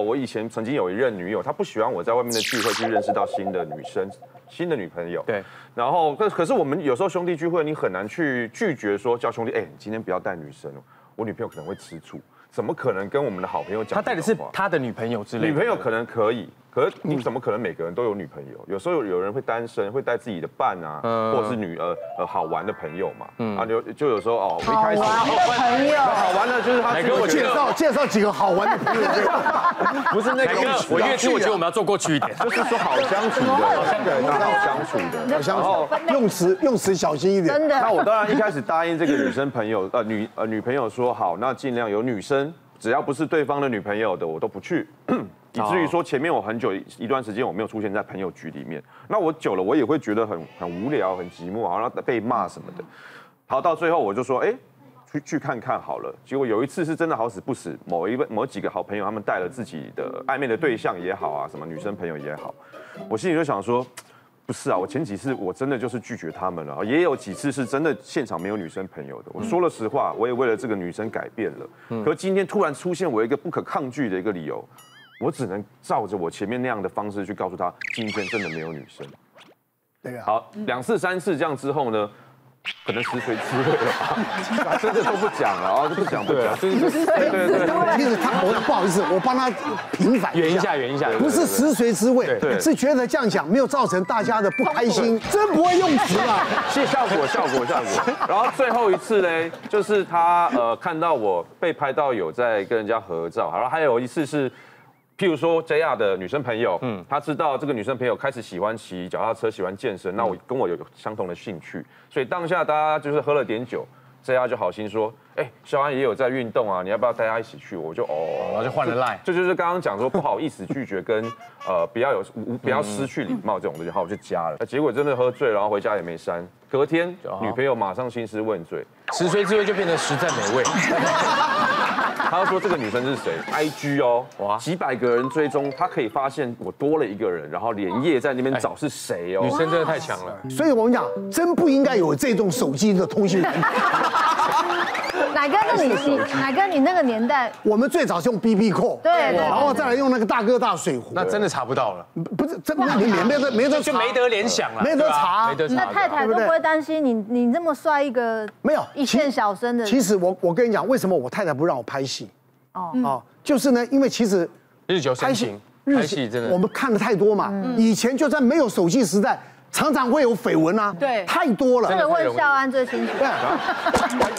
哦我以前曾经有一任女友，她不喜欢我在外面的聚会去认识到新的女生、新的女朋友。对，然后可可是我们有时候兄弟聚会，你很难去拒绝说叫兄弟，哎、你今天不要带女生哦，我女朋友可能会吃醋，怎么可能跟我们的好朋友讲？他带的是他的女朋友之类的。女朋友可能可以，可是你怎么可能每个人都有女朋友？有时候有有人会单身，会带自己的伴啊，嗯或者是女呃呃好玩的朋友嘛，啊就就有时候哦，我一开始好玩的朋友好玩的就是他来哎跟我自己介觉得绍介绍几个好玩的朋友给我，不是那个我越听我觉得我们要做过去一点。啊就是说好相处的，对，然后好相处的。好相处，用词用词小心一点。真的。 那我当然一开始答应这个女生朋友，呃女呃女朋友说好，那尽量有女生，只要不是对方的女朋友的，我都不去。以至于说前面我很久一一段时间我没有出现在朋友局里面，那我久了我也会觉得很很无聊、很寂寞，好像被骂什么的。好，到最后我就说，哎、去去看看好了。结果有一次是真的好死不死，某一位某几个好朋友他们带了自己的暧昧的对象也好啊，什么女生朋友也好，我心里就想说，不是啊，我前几次我真的就是拒绝他们了，也有几次是真的现场没有女生朋友的。我说了实话，我也为了这个女生改变了。可今天突然出现我一个不可抗拒的一个理由，我只能照着我前面那样的方式去告诉她，今天真的没有女生。对啊，好，两次三次这样之后呢，可能食髓知味了吧，他真的都不讲了啊，都不讲不讲，对 对对对。其实他我不好意思，我帮他平反圆一一下下，。圆一下。不是食髓知味对，是觉得这样讲没有造成大家的不开心，真不会用词啊。 是效 果，效果，效果。然后最后一次呢，就是他呃看到我被拍到有在跟人家合照，然后还有一次是，譬如说 JR 的女生朋友，嗯，他知道这个女生朋友开始喜欢骑脚踏车，喜欢健身，那我跟我有相同的兴趣，所以当下大家就是喝了点酒。JR 就好心说：“哎、小安也有在运动啊，你要不要带她一起去？”我就哦，然后就换了 line 这就是刚刚讲说不好意思拒绝跟呃不要有无不要失去礼貌这种东西，好我就加了，结果真的喝醉，然后回家也没删，隔天女朋友马上兴师问罪，食髓知味就变成实在美味。她说这个女生是谁？IG 哦，哇，几百个人追踪，她可以发现我多了一个人，然后连夜在那边找是谁哦，女生真的太强了，所以我们讲，真不应该有这种手机的通讯软体。奶哥，那你 你奶哥，你那个年代，我们最早是用 BB 扣，对对对然后再来用那个大哥大水壶，那真的查不到了，不是真没没没得没得就没得联想了，没得查对吧没得查。那太太都不会担心你，你这么帅一个没有一线小生的，其实我我跟你讲，为什么我太太不让我拍戏？哦，哦，就是呢，因为其实日久生情，日拍戏真的我们看的太多嘛。以前就算没有手机时代，常常会有绯闻啊，对太多这了。个问孝安最清楚。对，啊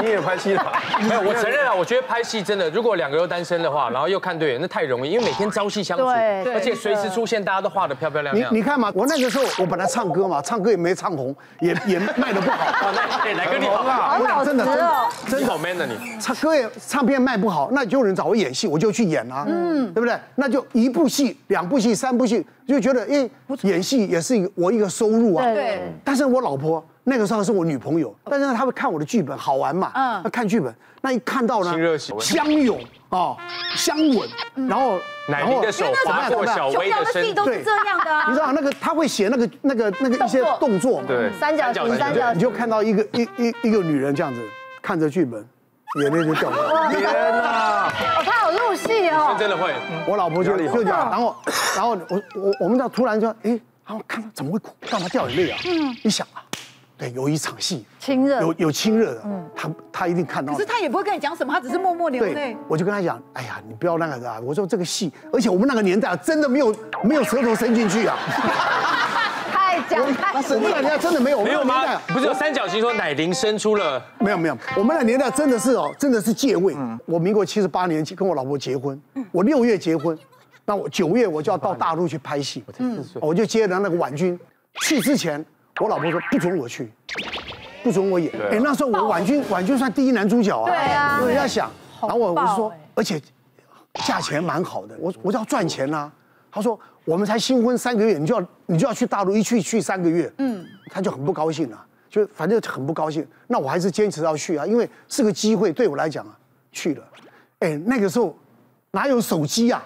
你也拍戏了，没有，我承认啊，我觉得拍戏真的，如果两个都单身的话，然后又看对眼，那太容易，因为每天朝夕相处，对而且随时出现，大家都画的漂漂亮你亮。你看嘛，我那个时候我本来唱歌嘛，唱歌也没唱红，也也卖的不好。啊，那哎，来哥你好啊，好我老讲实真的，真的哦，真好 man 的你，唱歌也唱片卖不好，那就有人找我演戏，我就去演啊，嗯，对不对？那就一部戏、两部戏、三部戏，就觉得哎，演戏也是一个我一个收入啊。对嗯对，但是我老婆那个时候是我女朋友，但是呢她会看我的剧本，好玩嘛，嗯嗯，她看剧本，那一看到亲热呢，行为相拥哦，相吻，嗯然后奶然瓶后的手怎么划样怎过么样小琼薇瑶的的身戏都体，是这样的你啊知。道那个她会写那个那个那个一些动作嗯动作嘛，对，三角形，三三角角你形就，看到一个一一一个女人这样子看着剧本，眼泪就掉下来。天哪，哦，他有入戏哦。真的会，我老婆就压力好就讲，然后 然后我我我们这样突然就哎，然后看到怎么会哭，干嘛掉眼泪啊？嗯，一想啊，对，有一场戏，亲热有有亲热的，他他一定看到可了。是他也不会跟你讲什么，他只是默默流对泪。，我就跟他讲，哎呀，你不要那个啊！我说这个戏，而且我们那个年代啊，真的没有没有舌头伸进去啊， 太讲太我们那个年代真的没有，我没们有那个年代吗啊？不是有三角形说奶铃伸出了，没有没有，我们那年代真的是哦，真的是借位。我民国七十八年跟我老婆结婚，我六月结婚，那我九月我就要到大陆去拍戏，嗯，我就接了那个婉君。去之前，我老婆说不准我去，不准我演。哎，那时候我婉君，婉君算第一男主角啊，对啊我人家想，然后我我爆就说哎，而且价钱蛮好的，我我就要赚钱啦、他说我们才新婚三个月，你就要你就要去大陆一去去三个月，嗯，他就很不高兴了、啊就反正很不高兴。那我还是坚持要去啊，因为是个机会，对我来讲啊，去了。哎，那个时候哪有手机啊，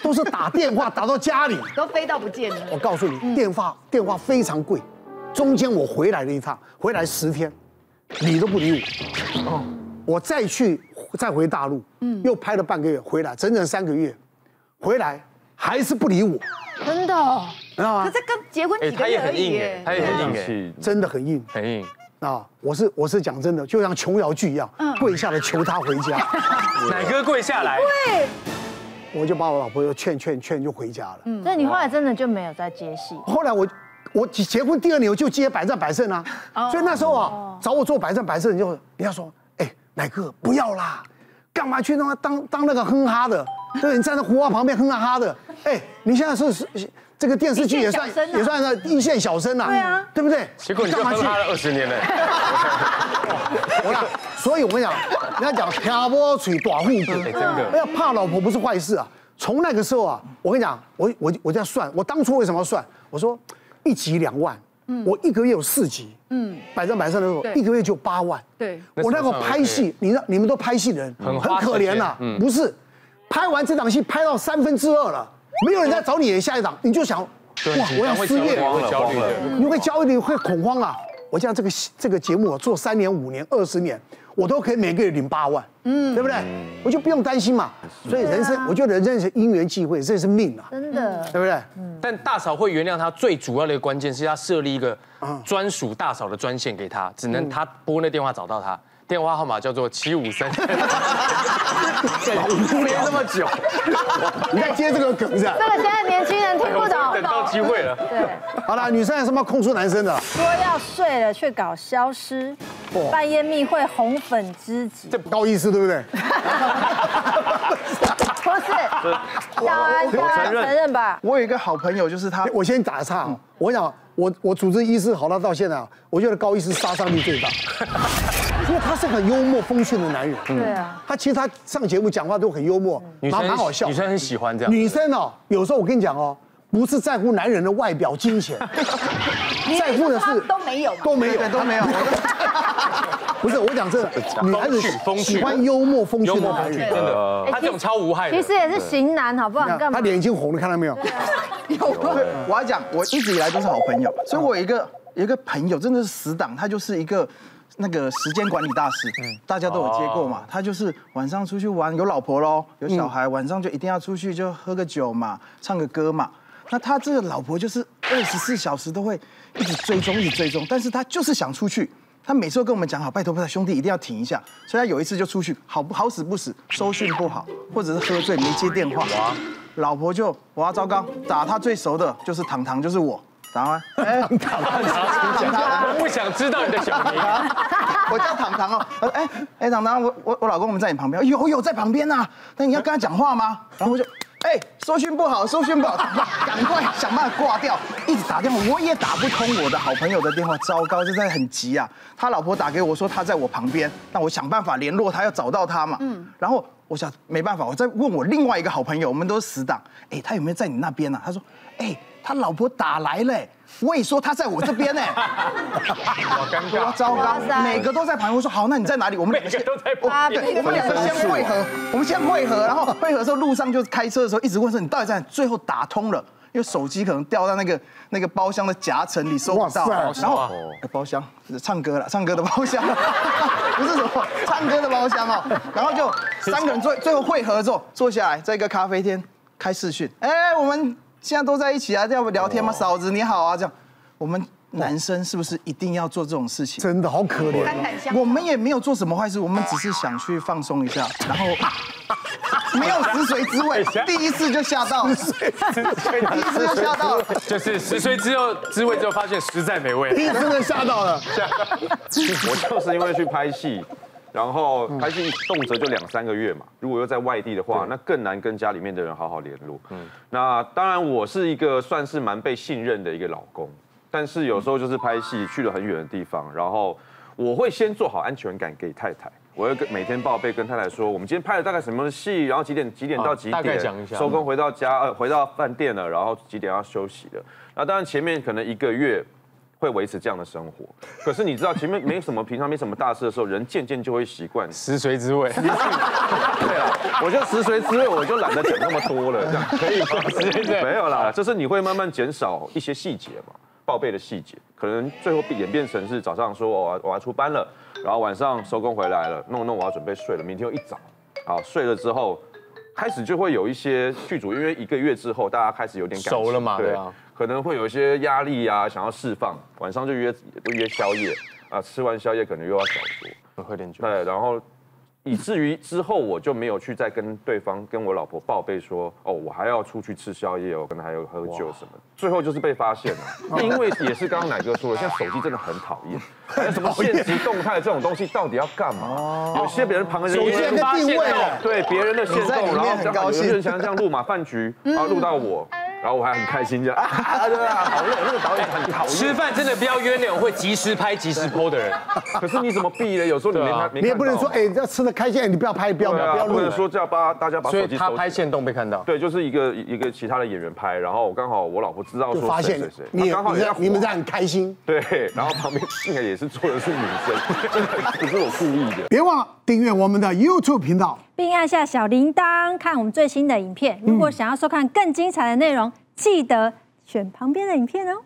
都是打电话打到家里。都飞到不见了。我告诉你，嗯电话电话非常贵。中间我回来了一趟，回来十天，理都不理我。哦，我再去再回大陆，嗯，又拍了半个月，回来整整三个月。回来还是不理我，真的哦，你知道可吗？是刚结婚哎，几他个也月而很已硬哎耶，，他也很硬哎，气真的很硬很硬。啊！我是我是讲真的，就像琼瑶剧一样，嗯跪下来求他回家， 奶哥跪下来，我就把我老婆又劝劝劝就回家了。嗯所以你后来真的就没有再接戏，后来我我结婚第二年我就接百战百胜啊，哦所以那时候啊找我做百战百胜就人家说，哎，奶哥不要啦，干嘛去那当当那个哼哈的？对，你站在胡花旁边哼哈哈的，哎，你现在是是是这个电视剧也一线算小生啊也算是一线小生啦，对啊，对不对？结果你就干嘛哼去哈了二十年了。我啦，所以我跟你讲，人家讲挑拨嘴短户骨，真的哎呀，怕老婆不是坏事啊。从那个时候啊，我跟你讲，我我我这样算，我当初为什么要算？我说一集两万，我一个月有四集，嗯，百战百胜的时候，嗯对一个月就八万，对我那个拍戏，你知道你们都拍戏的人很很花时间可怜呐、嗯不是，拍完这档戏拍到三分之二了，没有人再找你演下一档，你就想，哇，我要会失业，慌会了焦虑慌的了。你会焦虑，会恐慌啊！我像这个戏这个节目，我做三年、五年、二十年，我都可以每个月领八万，嗯，对不对？我就不用担心嘛。嗯所以人啊生，我觉得人生是因缘际会，这是命啊，真的。对不 对？但大嫂会原谅他，最主要的一个关键是他设立一个嗯专属大嫂的专线给他，只能他拨那电话找到他，电话号码叫做七五 三。憋那么久，你在接这个梗是吧？这个现在年轻人听不等懂，到机会了。对，好了，女生有什么控诉男生的？说要睡了却搞消失，半夜密会红粉知己，这高意思对不对？ 不是？小安，小安承认吧？我有一个好朋友，就是他啊哎我先打岔哦，我想我我主治医师好了到现在啊，我觉得高医师杀伤力最大，因为他是很幽默风趣的男人。对啊，他其实他上节目讲话都很幽默，女蛮生蛮好笑。女生很喜欢这样。女生哦，有时候我跟你讲哦，不是在乎男人的外表、金钱，在乎的是都没有嘛都没有对，都没有，我 不是我讲这女孩子风趣喜欢幽默风幽趣的默男风趣，人真。呃的，他这种超无害的。哎其实也是型男，好不好？你干嘛他？脸已经红了，看到没有？都对我要讲，我一直以来都是好朋友，所以我有一个有一个朋友真的是死党，他就是一个。那个时间管理大师，大家都有接过嘛。他就是晚上出去玩，有老婆喽，有小孩，晚上就一定要出去，就喝个酒嘛，唱个歌嘛。那他这个老婆就是二十四小时都会一直追踪，一直追踪，但是他就是想出去。他每次都跟我们讲好，拜托拜托，兄弟一定要停一下。所以他有一次就出去，好不好死不死，收讯不好，或者是喝醉没接电话，老婆就哇糟糕，打他最熟的就是糖糖，就是我，糖啊， 哎，糖糖，糖糖， 我不想知道你的小名， 我叫糖糖哦，他说哎哎糖糖，我我我老公我们在你旁边，哎有有在旁边呐、那你要跟他讲话吗？然后我就。哎、收讯不好，收讯不好， 赶快想办法挂掉，一直打电话，我也打不通我的好朋友的电话，糟糕，这真的很急啊！他老婆打给我说他在我旁边，那我想办法联络他，要找到他嘛。嗯，然后我想没办法，我再问我另外一个好朋友，我们都是死党，哎、他有没有在你那边啊？他说，哎、他老婆打来了、哎我也说他在我这边呢、哎好尴尬。哇，糟哇糕塞！每个都在旁边。我说好，那你在哪里？我们两 每个都在旁啊，边对，我们两个先汇合，我们先汇合，然后汇合的时候路上就开车的时候一直问说你到底在哪？最后打通了，因为手机可能掉到那个那个包厢的夹层里收不到，哇然塞后哎包厢唱歌了，唱歌的包厢， 不是什么唱歌的包厢哦，然后就三个人最最后汇合之后坐下来，在一个咖啡厅开视讯，哎，我们现在都在一起啊，要不聊天吗？嫂子你好啊，这样我们。男生是不是一定要做这种事情？真的好可怜坦坦相我们也没有做什么坏事，我们只是想去放松一下，然后没有食髓知味，第一次就吓到了， 第一次就吓到了。就是十岁之后滋味之后发现实在没味。第一次真的吓到了。我就是因为去拍戏，然后拍戏动辄就两三个月嘛，如果又在外地的话，那更难跟家里面的人好好联络。嗯，那当然我是一个算是蛮被信任的一个老公，但是有时候就是拍戏去了很远的地方，然后我会先做好安全感给太太。我会跟每天报备，跟太太说我们今天拍了大概什么戏，然后几点几点到几点，哦大概讲一下嗯收工回到家，呃，回到饭店了，然后几点要休息了。那当然前面可能一个月会维持这样的生活，可是你知道前面没什么平常没什么大事的时候，人渐渐就会习惯。食髓知味，对啊，我就食髓知味，我就懒得讲那么多了，这样可以吗？没有啦，就是你会慢慢减少一些细节嘛，报备的细节，可能最后演变成是早上说哦我要我要出班了，然后晚上收工回来了，弄弄我要准备睡了，明天又一早，好睡了之后。开始就会有一些剧组，因为一个月之后大家开始有点感情熟了嘛对啊，可能会有一些压力啊，想要释放，晚上就约约宵夜啊，吃完宵夜可能又要小酌， 喝点酒，对，然后以至于之后我就没有去再跟对方跟我老婆报备说，哦，我还要出去吃宵夜哦，可能还有喝酒什么的。最后就是被发现了，因为也是刚刚奶哥说的，现在手机真的很讨厌，还有什么现实动态这种东西到底要干嘛？有些别人旁人有些人发定现位到了，对别人的线在里动，然面后很刚好高有兴些人想这样录马饭局，然后录到我，然后我还很开心这样，啊，对啊，好累，那个导演很讨厌。吃饭真的不要约那种会及时拍、及时 PO 的人。可是你怎么避呢？有时候你对连啊他，你也不能说，哎，要吃的开心，哎，你不要拍，不要对不啊，要不能录。说叫把大家把所手以机他收拍起。线动被看到，对，就是一个一个其他的演员拍，然后刚好我老婆知道就说发谁现谁谁，你她也刚好你也在在你们火在很开心，对，然后旁边 那个也是坐的是女生， 真的不是我故意的。别忘了订阅我们的 YouTube 频道。并按下小铃铛看我们最新的影片。如果想要收看更精彩的内容，记得选旁边的影片哦。